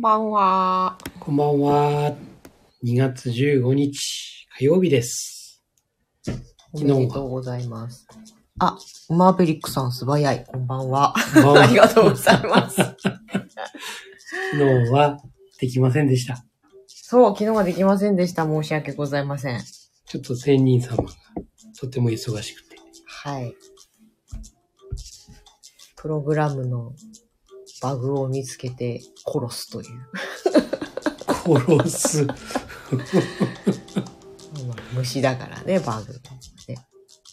ばんは。こんばんは。2月15日火曜日です。お昨め日はでとうございます。あ、マーベリックさん素早い。こんばんは。こんばんは ありがとうございます。昨日はできませんでした。そう、昨日はできませんでした。申し訳ございません。ちょっと仙人様がとても忙しくて。はい。プログラムのバグを見つけて殺すという。殺す。まあ虫だからね、バグ。ね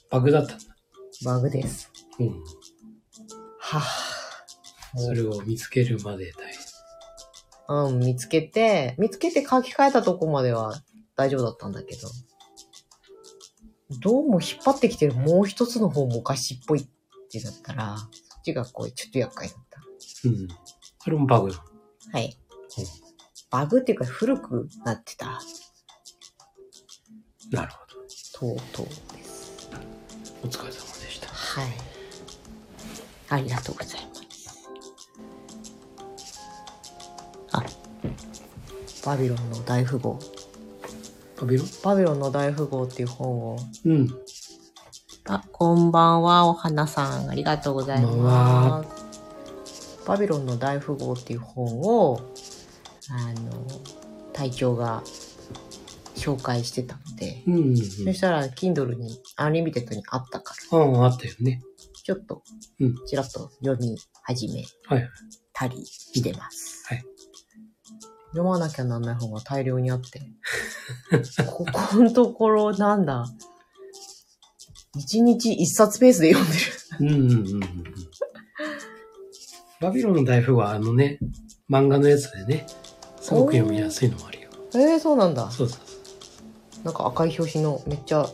バグだったんだ。バグです。うん。はぁ、それを見つけるまで大変。うん、見つけて、見つけて書き換えたとこまでは大丈夫だったんだけど、どうも引っ張ってきてるもう一つの方もおかしいっぽいってなったら、そっちがこう、ちょっと厄介だっうん。それもバグだ。た。はいうん。バグっていうか古くなってた、なるほど。とうとうです。お疲れ様でした。はい。ありがとうございます。あらバビロンの大富豪。バビロンバビロンの大富豪っていう本をうん。あ、こんばんは、お花さん。ありがとうございこんばんます。バビロンの大富豪っていう本を、あの、隊長が紹介してたので、うん、うん。そしたら Kindle に、アンリミテッドにあったから、ああ、あったよね。ちょっとうん、ちらっと読み始めはいはい。たりしてます。はい読まなきゃなんない本が大量にあ って。ここのところ、なんだ。一日一冊ペースで読んでる。うんうんうんうんうん。バビロンの大富豪はあのね、漫画のやつでね、すごく読みやすいのもあるよ。えー、そうなんだ。そうそうそう。なんか赤い表紙のめっちゃ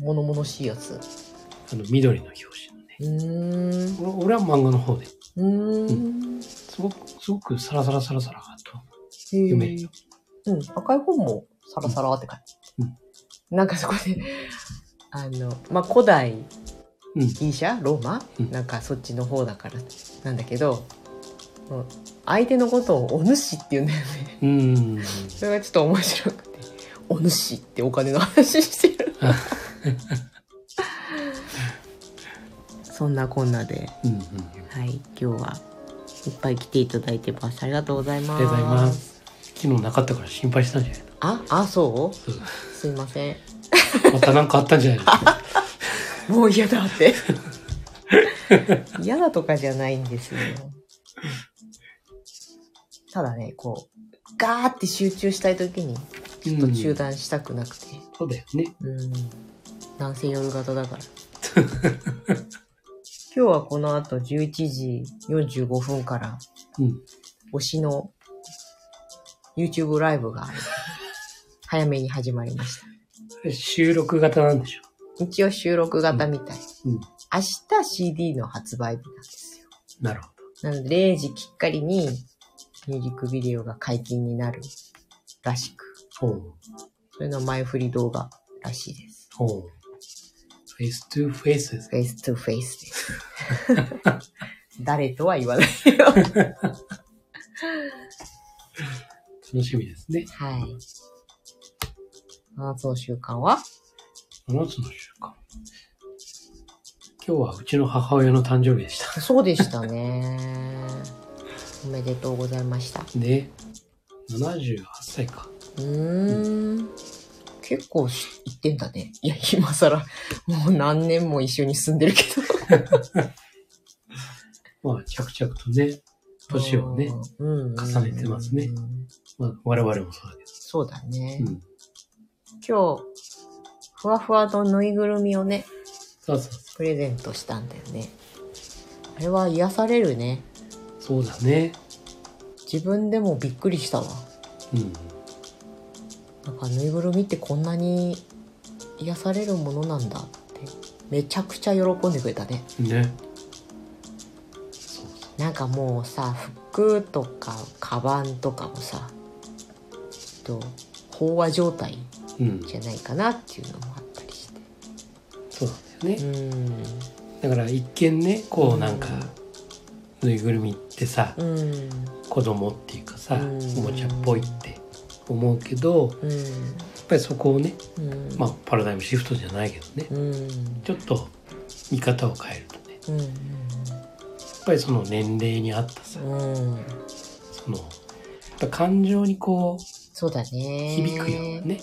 物々しいやつ。あの、緑の表紙のね。うーん。俺俺は漫画の方で、うーん。すごく、すごくサラサラサラサラと。読めるようん。赤い本もサラサラって感じ。うんなんかそこで、あの、まあ、古代、うんギリシャローマ、うんなんかそっちの方だからなんだけど、うん相手のことをお主って言うんだよね。 うん。それがちょっと面白くて。お主ってお金の話して る。そんなこんなで。うんうん。はい、今日はいっぱい来ていただいてます。ありがとうございます。ありがとうございま。す。昨日なかったから心配したんじゃないのあ、あ、そうそうすいません。またなんかあったんじゃない のもう嫌だって。嫌だとかじゃないんですよ。ただね、こう、ガーって集中したいときに、ちょっと中断したくなくて。そうだよね。うん。男性夜型だから。 今日はこの後11時45分から、うん。推しの YouTube ライブが早めに始まりました。収録型なんでしょ。一応収録型みたい。うん。明日 CD の発売日なんですよ。なるほなので0時きっかりにミュージックビデオが解禁になるらしく、ど。ほう。それの前振り動画らしいです。ほう。フェイストゥフェイスですね。フェイストゥフェイス です。誰とは言わないよ。はい。楽しみですね。 7つの習慣は7つの習慣。今日はうちの母親の誕生日でした。そうでしたね。おめでとうございました。ね。78歳か。うーん。結構し言ってんだね。いや、今更、もう何年も一緒に住んでるけど。まあ、着々とね、年をね、うん、重ねてますねうんまあ、我々もそうだけそうだね、ど。うん。今日、ふわふわのぬいぐるみをね、そうそうプレゼントしたんだよね。あれは癒されるね。そう。そうだね。自分でもびっくりしたわ。うん。なんかぬいぐるみってこんなに癒されるものなんだって、めちゃくちゃ喜んでくれたね。ね。そうそなんかもうさ服とかカバンとかもさちょっと飽和状態う。うん。じゃないかなっていうのもあったりしてそうなんだようね。んだから一見ね、こううんなんか、ぬいぐるみってさ、うん子供っていうかさ、うんおもちゃっぽいって思うけど、うんやっぱりそこをね、うんまあパラダイムシフトじゃないけどね、うんちょっと見方を変えるとね、うんやっぱりその年齢に合ったさ、うんその、やっぱ感情にこう、そうだね響くようなね、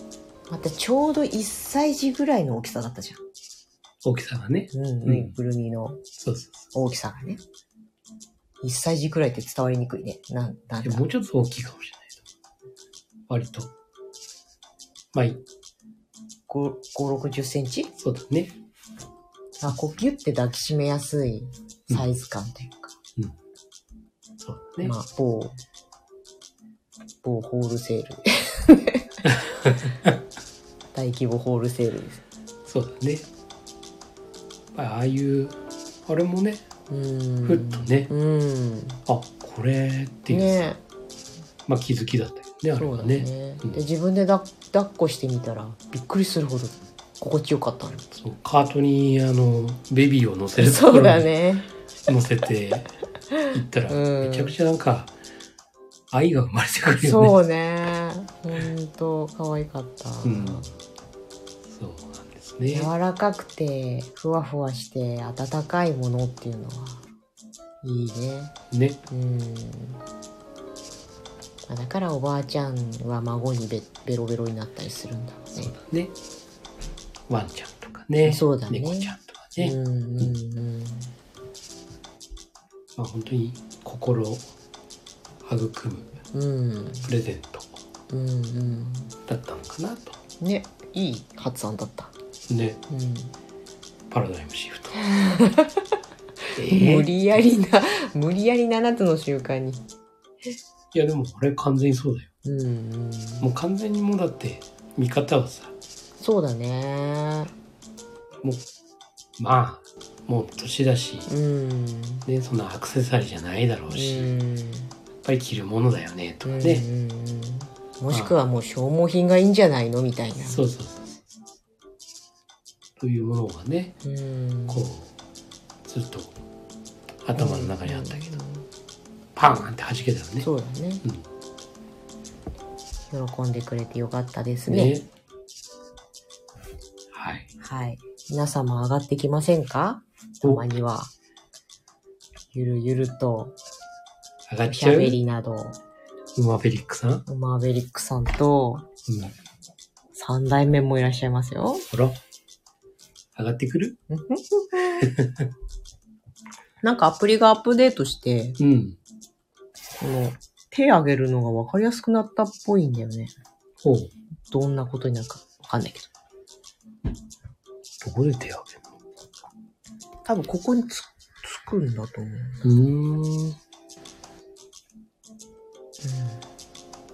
またちょうど1歳児ぐらいの大きさだったじ大きさがね。ゃん、うん、んぬいぐるみのそうそうそ大きさがね1歳児くらいって伝わりにくいねなんなんう。でだもうちょっと大きいかもしれないと。割と。まあ、い560センチそうだね。あこうギュッて抱きしめやすいサイズ感というか、そうだね。まあ某某ホールセール 大規模ホールセールですそうだね。まあ、ああいう、あれもね、うんふっとね、うんあ、これっていう、ねまあ気づきだったよね、あれそうはだね。ねそううんで自分でだ抱っこしてみたらびっくりするほど心地よかったのカートに、あの、ベビーを乗せるとこそうろだにね乗せて行ったら、うんめちゃくちゃなんか、愛が生まれてくるよね。そうねほんと可愛かった、うんそうなんですね。柔らかくてふわふわして温かいものっていうのはいいねね。うんまあだからおばあちゃんは孫にべベロベロになったりするんだろうそうねだね。ワンちゃんとかね。そうだね猫ちゃんとかね。うんうんうんまあ本当に心を育むうんプレゼントうんうんだったのかなと。ねいい発案だった、ね。うんパラダイムシフ ト。え無ー、い理やりな 無理やり7つの習慣にやでもあれ完全にそうだよ。うんうんもう完全にもうだって見方はさ、そうだねもう、まあ、もう年だし、うんね、そんなアクセサリーじゃないだろうし、やっぱり着るものだよね、とうかんね。うんうんもしくはもう消耗品がいいんじゃないのみたいなそうそうそうそう。というものがね、うんこう、ずっと頭の中にあったけど、パーンって弾けたよね。そうだねう喜んでくれてよかったですん。ねね。はい。はい皆様上がってきませんかたまにはゆるゆると上がっおしちゃゃうべりなどウマフェリックさん。うん。マーベリックさんと3代目もいらっしゃいますよほら。上がってくるなんかアプリがアップデートして、うん。この手上げるのが分かりやすくなったっぽいんだよね。ほう。どんなことになるか分かんないけど。どこで手を挙多分ここにつつくんだと思う。げるのうーん。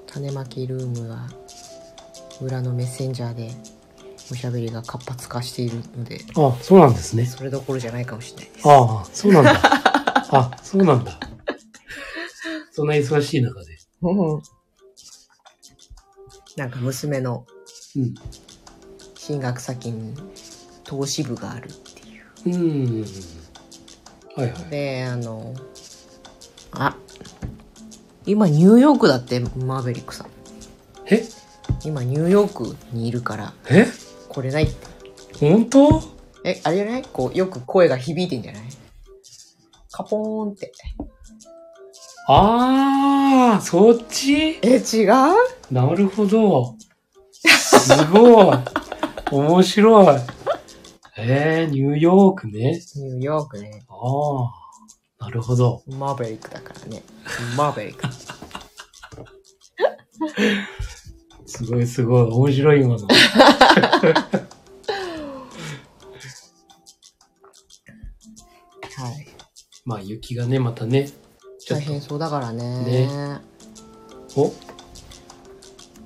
種まきルームは裏のメッセンジャーでおしゃべりが活発化しているので、あ、そうなんですね。それどころじゃないかもしれないです。ああ、そうなんだ。 あ、そうなんだ。そんな忙しい中で。うんなんか娘のうん。進学先に投資部があるっていう。うーん。はいはい。であのあ今ニューヨークだってマーベリックさんえ今ニューヨークにいるからえ来れないって本当えあれじゃないこうよく声が響いてんじゃないカポーンってああ、そっちえ違うなるほど。すごい。面白い。えー、ニューヨークね。ニューヨークねああ、なるほど。マーベリックだからね マーベリックすごいすごい。面白い今の。はいまあ、雪がね、またね。ちょ大っと。変そうだからねねお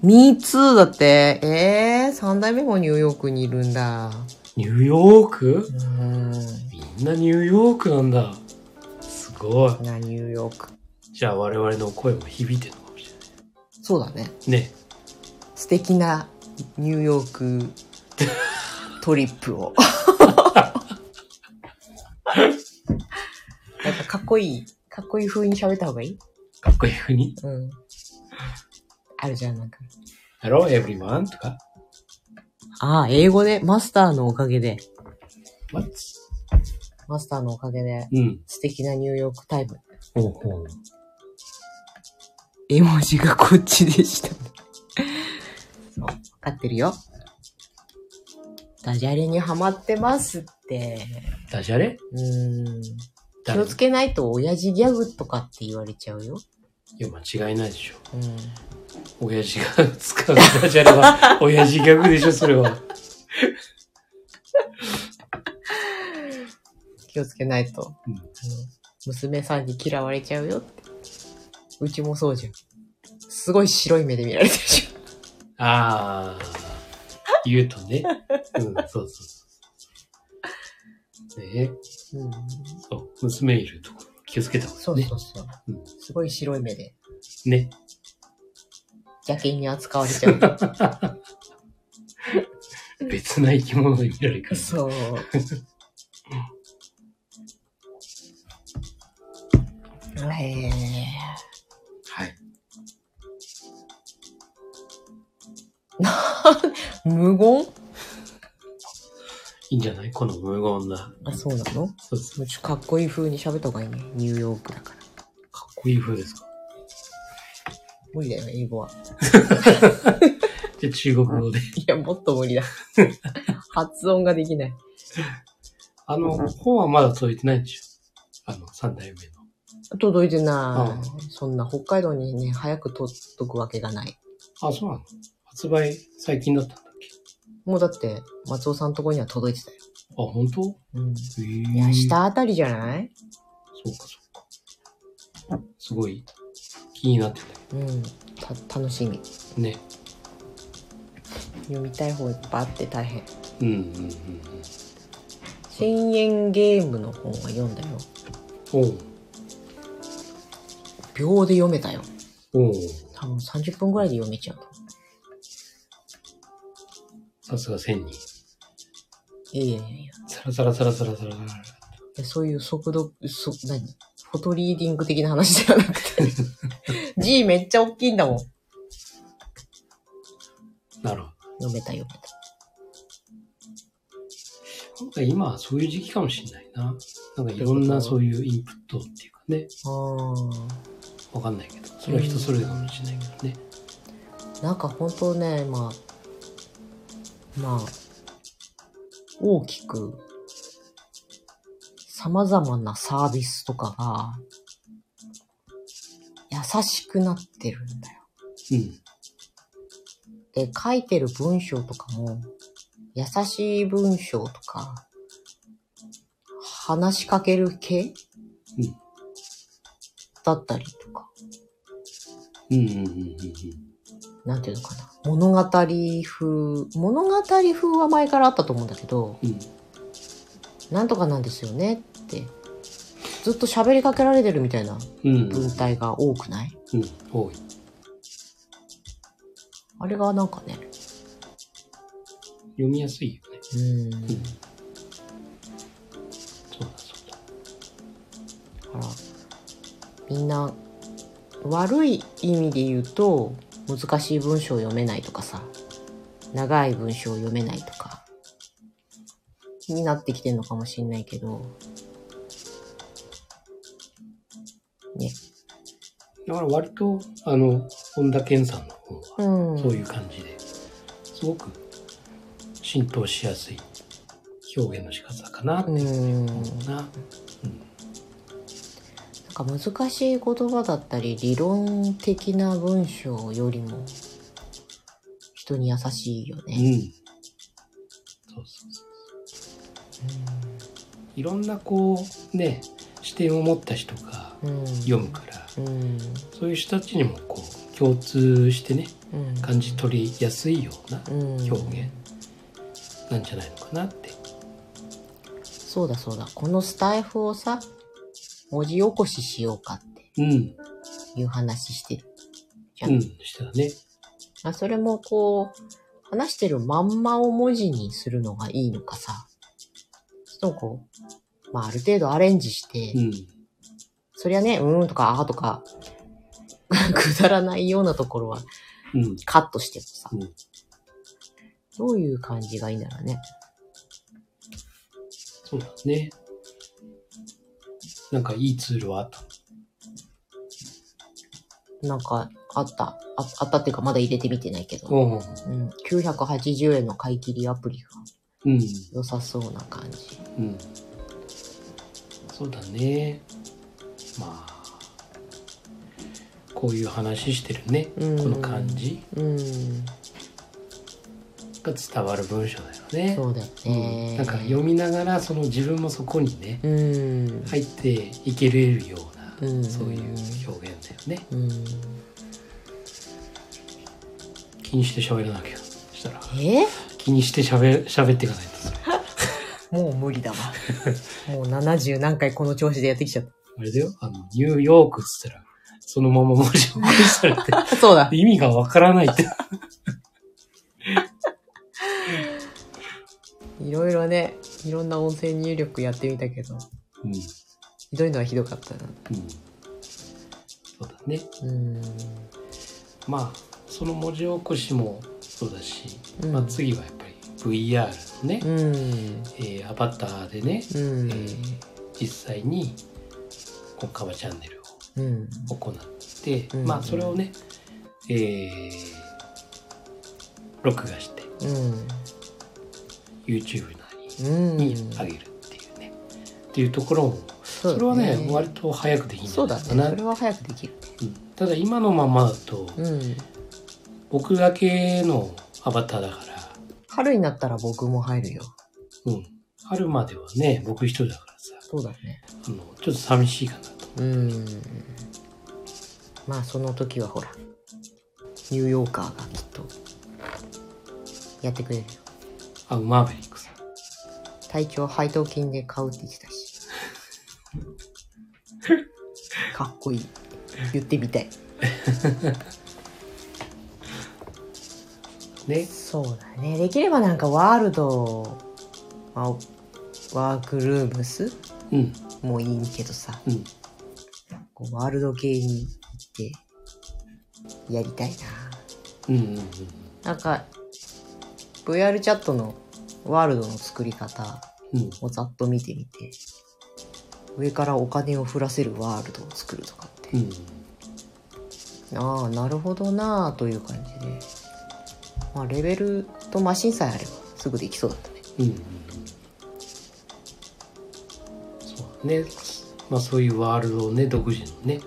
ミーツーだってえー、3代目もニューヨークにいるんだニューヨークうんみんなニューヨークなんだ。すごい。なニューヨークじゃあ我々の声も響いてるのかもしそうだねれない。ね。素敵なニューヨ ークトリッ プを。なんかかっこいい、かっこいい風に喋った方がいいかっこいい風に。うん。あるじゃん、なんか。 Hello everyone とか。ああ、英語で、マスターのおかげで、 What? マスターのおかげで、うん。素敵なニューヨークタイム。ほうほう。絵文字がこっちでした。そう、わかってるよ。ダジャレにハマってますって。ダジャレうーん。気誰をつけないと親父ギャグとかって言われちゃうよ。いや、間違いないでしょ。うん。親父が使うダジャレは、 親父ギャグでしょ、それは。気をつけないと。うんあの娘さんに嫌われちゃうよって。うちもそうじゃん。すごい白い目で見られてるじゃん。あー、言うとね。うん、そうそうそう。ねうん、そう、娘いるところ気をつけた方そがういいねそうそう、うんすごい白い目で。ね。邪険に扱われちゃう。 別な生き物に見られるから。そう。へえ。はい。無言いいんじゃないこの無言な。あ、そうなのそうそう。もうちょっとかっこいい風に喋った方がいいね。ニューヨークだから。かっこいい風ですか無理だよ、英語は。じゃあ中国語で。いや、もっと無 理だ。発音ができない。あの、本はまだ届いてないんでしょあの、三代目の。届いてない。そんな北海道にね、早く届くわけがない。あ、そうなの発売最近だったんだっけもうだって、松尾さんのとこには届いてたよ。あ、本当うん。へえ。いや、下あたりじゃないそうか、そうか。すごい気になってたうん。た、楽しみ。ね。読みたい方いっぱいあって大変。うんうんうんうん。千円ゲームの本は読んだよ。おう秒で読めたよ。おう多分30分ぐらいで読めちゃう。さすが千人。いやいやいやいやサラサラサラサラサラサラ。いや。そういう速読、そ、何フォトリーディング的な話ではなくて。字めっちゃ大きいんだもん。なるほど。読めた読めた。なんか今はそういう時期かもしれないな。なんかいろんなそういうインプットっていうかね、ああ。わかんないけど、それは人それぞれかもしれないけどね。なんか本当ね、まあ、まあ、大きく、様々なサービスとかが、優しくなってるんだよ。うん。で、書いてる文章とかも、優しい文章とか、話しかける系、うんだったりとか、うんうんうんうんなんていうのかな。物語風、物語風は前からあったと思うんだけど、うん。うん。なんとかなんですよねって、ずっと喋りかけられてるみたいなうん。文体が多くないうん。多い。あれがなんかね、読みやすいよね。うん。だうん。そうだそうだ。から、みんな、悪い意味で言うと、難しい文章を読めないとかさ、長い文章を読めないとか、になってきてんのかもしんないけど、ね。だから割と、あの、本田健さんの方は、うん。そういう感じで、すごく浸透しやすい表現の仕方かなってう思ん。うな。うん。なんか難しい言葉だったり理論的な文章よりも人に優しいようね。ん。そうそうそう。いろんなこうね視点を持った人がうん。読むからうん。そういう人たちにもこう共通してねうん。感じ取りやすいようなうん。表現なんじゃないのかなって。そうだそうだ。このスタイフをさ、文字起こししようかってうん、いう話してる。じゃ。うんん、したらね。まあそれもこう、話してるまんまを文字にするのがいいのかさ。そうこう、まあある程度アレンジして、うん、そりゃね、うーんとか、あーとか、 くだらないようなところはうん。カットしてもさ、うんどういう感じがいいんだろうね。そうだね。なんかいいツールはあった。なんか、あった。ああったっていうか、まだ入れてみてないけど。ううん。ん。980円の買い切りアプリがうん。良さそうな感じ。うん。そうだね。まあ、こういう話してるね。うんこの感じうん。が伝わる文章だよね。そうだようね。んなんか読みながらその自分もそこにねうん。入っていけれるよううな、んそういう表現だよねうん。気にして喋らなきゃしたらえ気にして喋喋っていかないとそれもう無理だわ。 もう70何回この調子でやってきちゃっあれだよあのニューヨークっつったらそのまま文字起こしたらってた。そうだ。意味がわからない っていろいろね、いろんな音声入力やってみたけど、うん、うん、ひどいのはひどかったな。そうだねうん。まあその文字起こしもそうだし、うんまあ、次はやっぱり VR のね、うん。えーアバターでね、うんえ。ー実際にこうカバチャンネルをうん。行って、うんまあそれをね、えー、録画してうん。 YouTube なうん。りに上げるっていうね、っていうところもそそれはね割と早くできるんじそゃうなだいね。かな、それは早くできる。うんただ今のままだとうん。僕だけのアバターだから、春になったら僕も入るよ。うん、春まではね僕一人だからさそうだね。あのちょっと寂しいかなとうん。まあその時はほら、ニューヨーカーがきっと、やってくれるよ。あマーベリックさん体調配当金で買うって言ってた し。かっこいい。言ってみたい。ねそうだね。できればなんかワールド、まあワークルームスうんもいいけどさ、うんこうワールド系に行って、やりたいうんうんうんな。なんか、VR チャットのワールドの作り方うんをざっと見てみて、上からお金を降らせるワールドを作るとかってう、んああなるほどなあという感じで、まあ、レベルとマシンさえあればすぐできそうだったねうんうんうんそうね、まあ、そういうワールドをね独自のね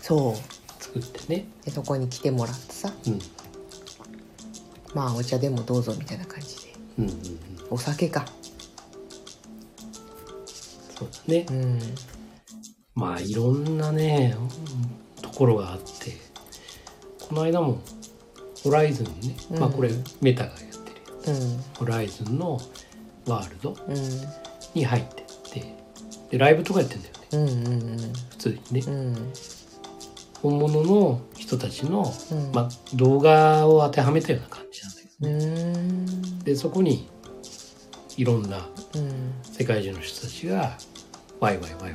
そう作ってね、でそこに来てもらってさうん、まあお茶でもどうぞみたいな感じでうんうんうんお酒かそうだねうんまあいろんなね、うんところがあってこの間もホライズンね、まあこれうんメタがやってるやうんつホライズンのワールドうんに入ってってでライブとかやってんだよねうんうん普通にねうんうん本物の人たちの、うんまあ、動画を当てはめたような感じなんだけどねうーんでそこにいろんなうん世界中の人たちがワイワイワイワイ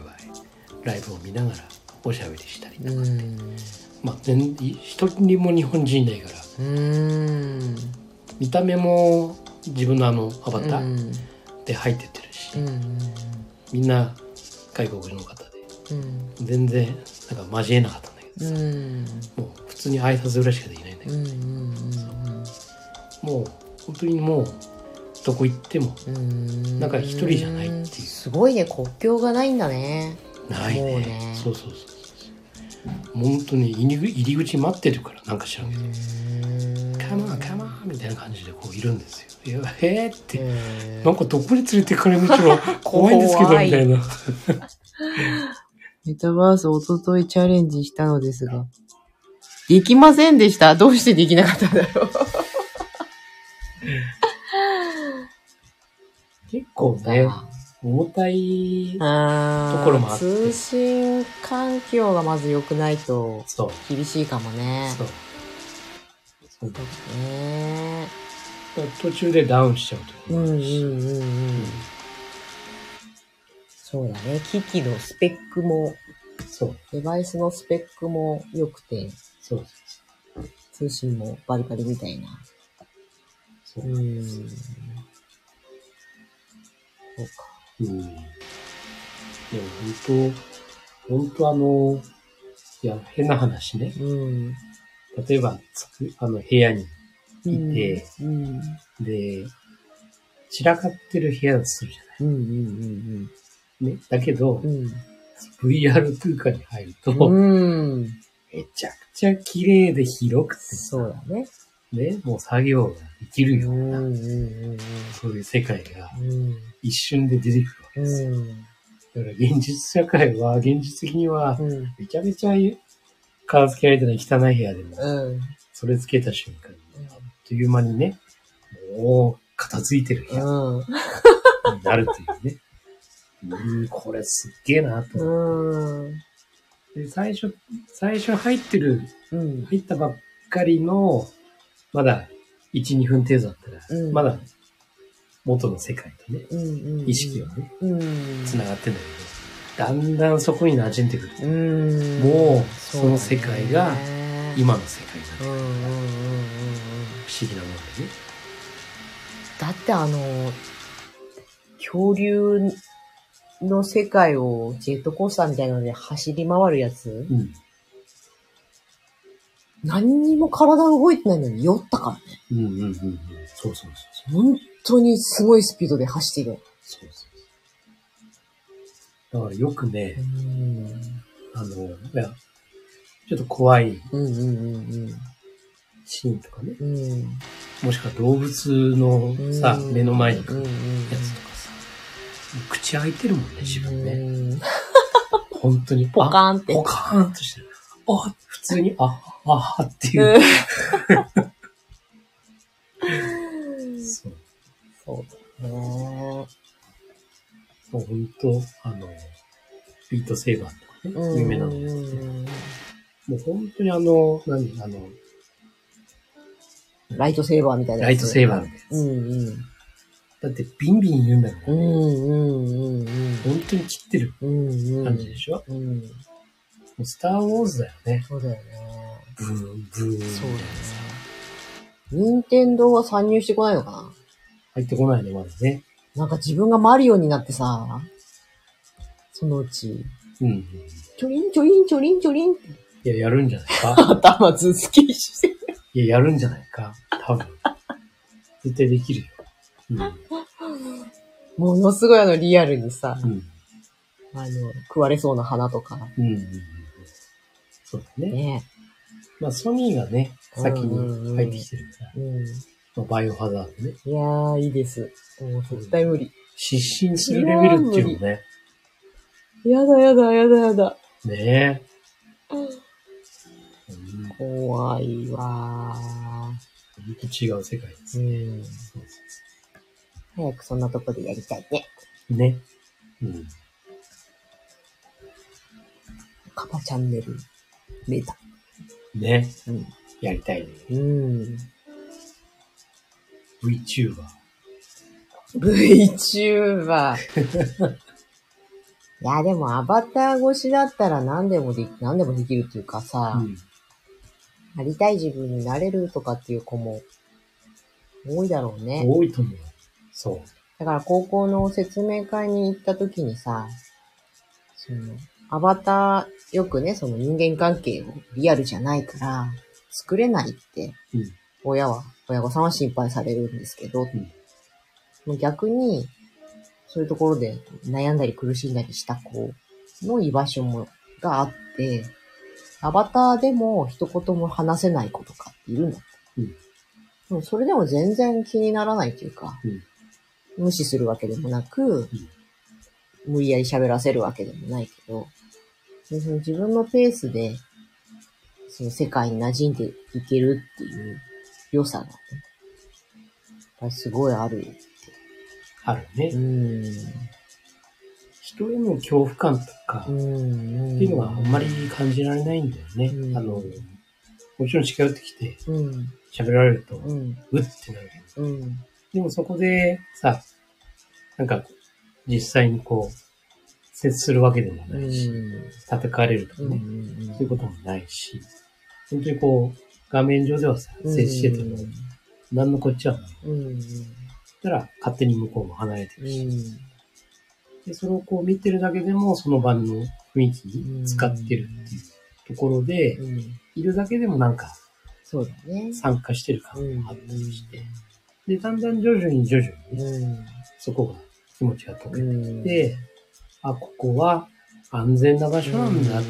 ライブを見ながらおしゃべりしたりとか、うんまあ、全一人も日本人いないからうん見た目も自分のあのアバタうーんで入ってってるし、うんうんみんな外国の方でうん全然なんか交えなかったんだけうどさ、んもう普通に挨拶ぐらいしかできないんだけうど、んうんもう本当にもうどこ行ってもうんなんか一人じゃないっていうんすごいね国境がないんだねないねもうねそうそうそうそう本当に入り入り口待ってるからなんか知らんけど「カモンカモン」みたいな感じでこういるんですよ。いやえー、って、えなんかどこに連れて行かれるのか怖いんですけどみ怖いたいな。メタバースおとといチャレンジしたのですが、できませんでした。どうしてできなかったんだろう。結構ね重たいあーところもあって通信環境がまず良くないとそう厳しいかもね。そうそうそうですね。途中でダウンしちゃううといんうんうし、うんうん。そうだね。機器のスペックも、そうデバイスのスペックも良くて、そう通信もバリバリみたいな。そうう。ーん。そうか。うん。でも本当、本当あの、いや、変な話ね。うん。例えば、つく、あの、部屋に、うんいて、うん。で、散らかってる部屋だとするじゃうんうんない。ね。だけどうんう、ん。 VR 空間に入ると、うん。うん。めちゃくちゃ綺麗で広くて、そうだね。ね、もう作業ができるよううんな、うんうんそういう世界がうん。一瞬で出てくるわけうですよ。ん。だから現実社会は、現実的には、うん。うん。めちゃめちゃ片付けられてない汚い部屋でも、うん。それつけた瞬間に、あっという間にね、もう片付いてる部屋うん。になるというね。うん、これすっげえなと思うん。って。で、最初、最初入ってる、うん。入ったばっかりの、まだ1、2分程度だったら、うんまだ元の世界とね、うん。意識はね、うん。繋がってんだけど、だんだんそこに馴染んでくうる。ん。もう、うそだねの世界が、今の世界になってうんくうんるうんうんうん。不思議なものでね。だってあの、恐竜の世界をジェットコースターみたいなので走り回るやつ、うん。何にも体動いてないのに酔ったからね。うんうんうんうん。そうそうそうそう。本当にすごいスピードで走ってる。そうそう。だからよくね、ん。あの、いや、ちょっと怖いうんうんシーンとかね、うんうん。うん。もしくは動物のさ、うん目の前に来うんるうんうんやつとかさ、口開いてるもんね、自分ね。うん本当にポポカーンってポ。カーンとしてる。あ、普通に、あ、あ、あっていう。うんそう。そうだね。もう本当、あの、ビートセーバーとかね、有名なのですけどね。うんもう本当にあの、何、あの、ライトセーバーみたいなライトセーバーー。みたいなうやつ。んうん。だってビンビン言うんだうもんんね。うんうんうん。本当に切ってるうんうん。感じでしょ、うん。もうスター・ウォーズだよね。そうだよね。ブーン、ブーン。そうだよね。任天堂は参入してこないのかな入ってこないね、まだね。なんか自分がマリオになってさ、そのうち、うんうん。ちょりんちょりんちょりんちょりんっていや、やるんじゃないか。頭ずすきして。いや、やるんじゃないか。多分。絶対できるよ。うん。ものすごいあのリアルにさ、うん。あの、食われそうな花とか。うんうんうん。そうだね。ねまあ、ソニーがね、先に入ってきてるから。うん。まあ、バイオハザードね。いやー、いいです。もう絶対無理。失神するレベルっていうのね。やだやだやだやだ。ねえ。うん。ほ怖いわー。んと違う世界です。うん。そうそうそう早くそんなとこでやりたいね。ね。うん。カパチャンネル、見た。ね。うん。やりたいね。うん。 VTuber。 VTuber。いや、でもアバター越しだったら何でもでき、何でもできるっていうかさ、ん。なりたい自分になれるとかっていう子も多いだろうね。多いと思う。そだから高校の説明会に行った時にさ、その、アバター、よくね、その人間関係をリアルじゃないから、作れないって、うん親は、親御さんは心配されるんですけど、んもう逆に、そういうところで悩んだり苦しんだりした子の居場所も、があって、アバターでも一言も話せない子とかっているんだって。うんでもそれでも全然気にならないというか、うん無視するわけでもなく、無理やり喋らせるわけでもないけど、でその自分のペースで、その世界に馴染んでいけるっていう良さが、ね、やっぱりすごいあるよ。う。あるね。うん。人への恐怖感とか、うっん。ていうのはあんまり感じられないんだよね。うんあの、もちろん近寄ってきてうん。喋られると、ううん。ってなるけど。うん。でもそこでさ、なんか、実際にこう、接するわけでもうないし、ん。叩かれるとかうね、んそういうこともないし、本当にこう、画面上ではさ、接してても、う何のこっちゃない。んうんたら、勝手に向こうも離れてうるし、んで、それをこう見てるだけでも、その場の雰囲気使ってるっていうところで、うんいるだけでもなんかそうだね参加してる感があったりして、で、だんだん徐々に徐々にね、うんそこが気持ちが溶けてうんきて、あ、ここは安全な場所なんだっ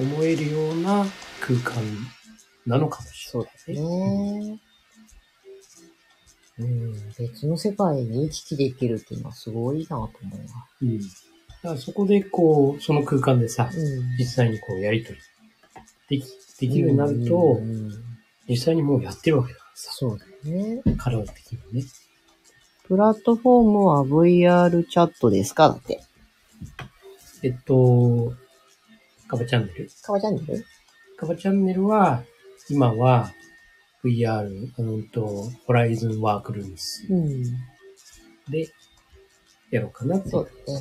うん思えるような空間なのかもしれない。うんねうん別の世界に行き来できるっていうのはすごいなと思うわうん。だからそこでこう、その空間でさ、うん実際にこうやりとりでき、できるようになるとう、ん実際にもうやってるわけだからさ、そうだねカラオケ的にね。プラットフォームは VR チャットですかだってえっと、カバチャンネルかわちゃんねカバチャンネルは、今は VR、うんと、ホライズンワークルームスうんでやろうかなって。そうだね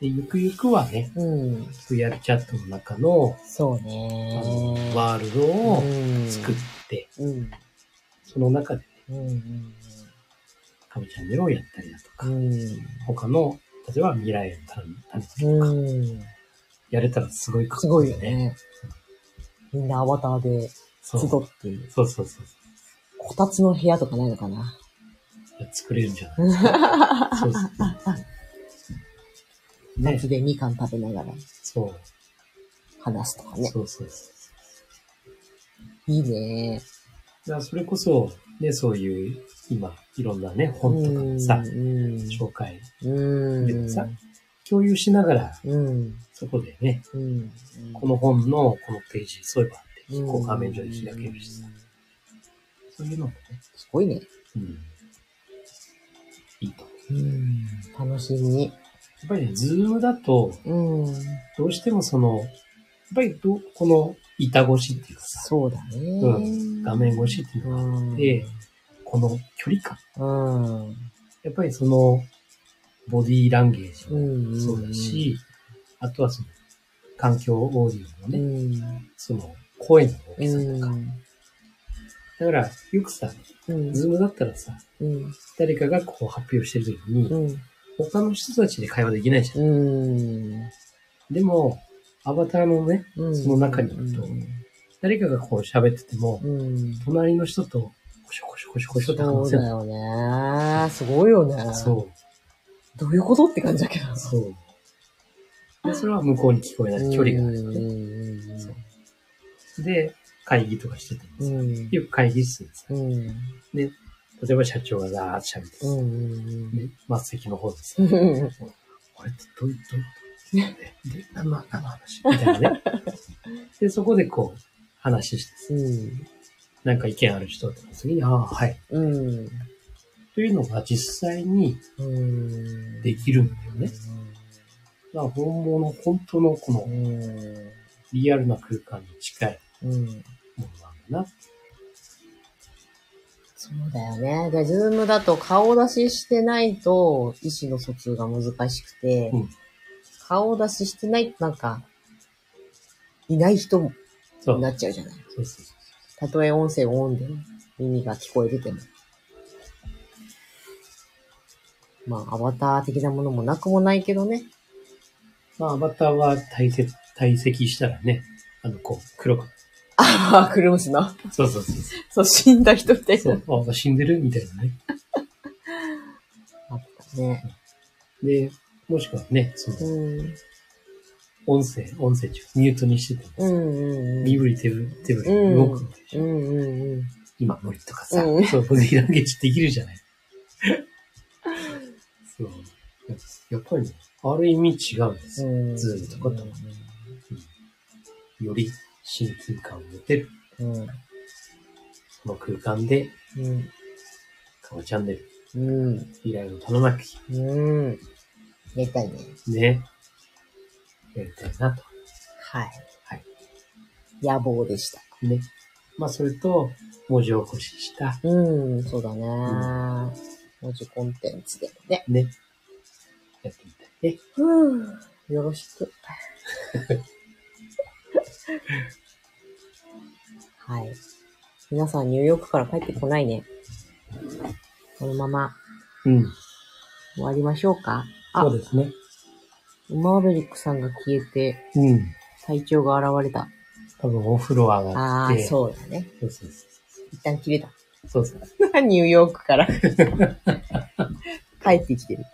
で、ゆくゆくはね、うん VR チャットの中のそうあねのワールドを作って、うんその中でね、うんうんカブチャンネルをやったりだとか、うん他の、例えば未来への種種とうか、んやれたらすごいかっすごこいよ。ねみんなアバターで集そうそうっていうそうそうそう。こたつの部屋とかないのかなや作れるんじゃない ですか。そうそうそう。ね夏、でみかん食べながらそう。話すとかね。そうそうそう。いいね。だからそれこそ、ね、そういう、今、いろんなね、本とかもさう、ん。紹介、うん。でもさ共有しながら、うん。そこでね、うん。この本のこのページ、そういえばあって、こう画面上で開けるしさ、そういうのもね、すごいね。うんいいと。やうん。楽しみ。っぱりね、ズームだと、うん。どうしてもその、やっぱりどこの板越しっていうかさ、そうだね。うん画面越しっていうのがあって、この距離感。うん。やっぱりその、ボディーランゲージもうん。そうだし、あとはその、環境オーディオうのね、ん。その、声の大うきさとか。ん。だから、よくさ、うん。ズームだったらさ、うん。誰かがこう発表してる時に、うん。他の人たちで会話できないじゃん。うん。でも、アバターのね、うん。その中にいると誰かがこう喋ってても、うん。隣の人と、コショコショコショコショってそ話うせだない。よね。すごいよね。そう。どういうことって感じだけど。そう。で、それは向こうに聞こえない距離があるからうね。んそうで、会議とかしててもうさ、ん。よく会議室でさ、うん。うん。例えば社長がザーッと喋ってうさ、ん。で末席の方でさ、うん。これってどういう、どういうことで、で何の何の話みたいなね。で、そこでこう、話してさ、なんか意見ある人とか、次に、ああ、はい。うん。というのが実際にうん。できるんだよね。まあ、本物、本当のこうのん。リアルな空間に近いうん。ものなんだそうだよね。で、ズームだと顔出ししてないと意思の疎通が難しくて、うん顔出ししてないとなんか、いない人にな。そう。なっちゃうじゃない。そうそうそうたとえ音声オンで耳が聞こえてても。まあ、アバター的なものもなくもないけどね。まあ、アバターは体積、体積したらね、あの、こう、黒く。ああ、クルムシな。そうそうそうそそう、死んだ人みたいな。う。そう、あ、死んでるみたいなね。あったね。で、もしくはね、その、うん。音声、音声中、ミュートにしててうも、んうんうん。身振り手振り、手振りに動くのでしうょ。んうんうん。今無理とかさ、うんそう、ボディランゲージでき るじゃない。そう。やっぱりね、ある意味違うんですよ。うん。ズームとかとより親近感を持てる、うん。その空間で、うん。カバチャンネル、うん。依頼を頼まなくてうん。やりたいね。いいね、やりたいなと。はい。はい。野望でした。ね。まあ、それと、文字起こしした、うん、そうだね。文字コンテンツでね。ね。やってみたいね。 ふぅ。よろしく。はい。皆さんニューヨークから帰ってこないね。このままうん。終わりましょうか。あそう、ですね。マーベリックさんが消えてうん。体調が現れた。多分お風呂上があっあ、て。う。そうだね。そうそうそ一旦切れた。 う。そうそう。ニューヨーク から帰ってきてる。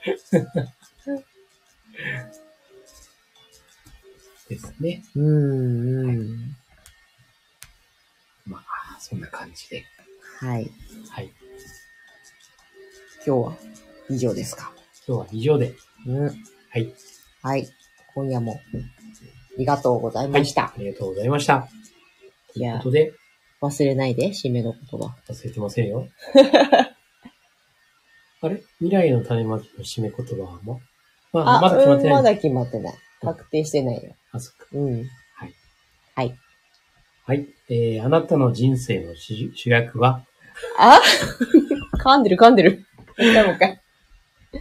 ですね。うん、うん。まあ、そんな感じで。はい。はい。今日は以上ですか。今日は以上で。うん。はい。はい。今夜もありがとうございました。ありがとうございました。い、というやこ、とで、忘れないで、締めの言葉。忘れてませ んよ。あれ未来の種まきの締め言葉はもうまあ、まだ決まってうんまない。だ決まってない。確定してないよ。あ、そっか。うん。はい。はい。はい。えー、あなたの人生の主主役は、あ 噛んでる噛んでる。もう一回もう一回。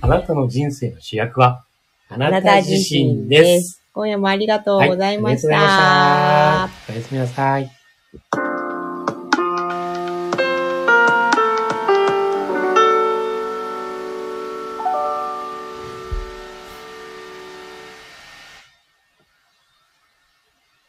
あなたの人生の主役は、あなた自身です。今夜もありがとうございました。はいありがとうございましたおやすみなさい。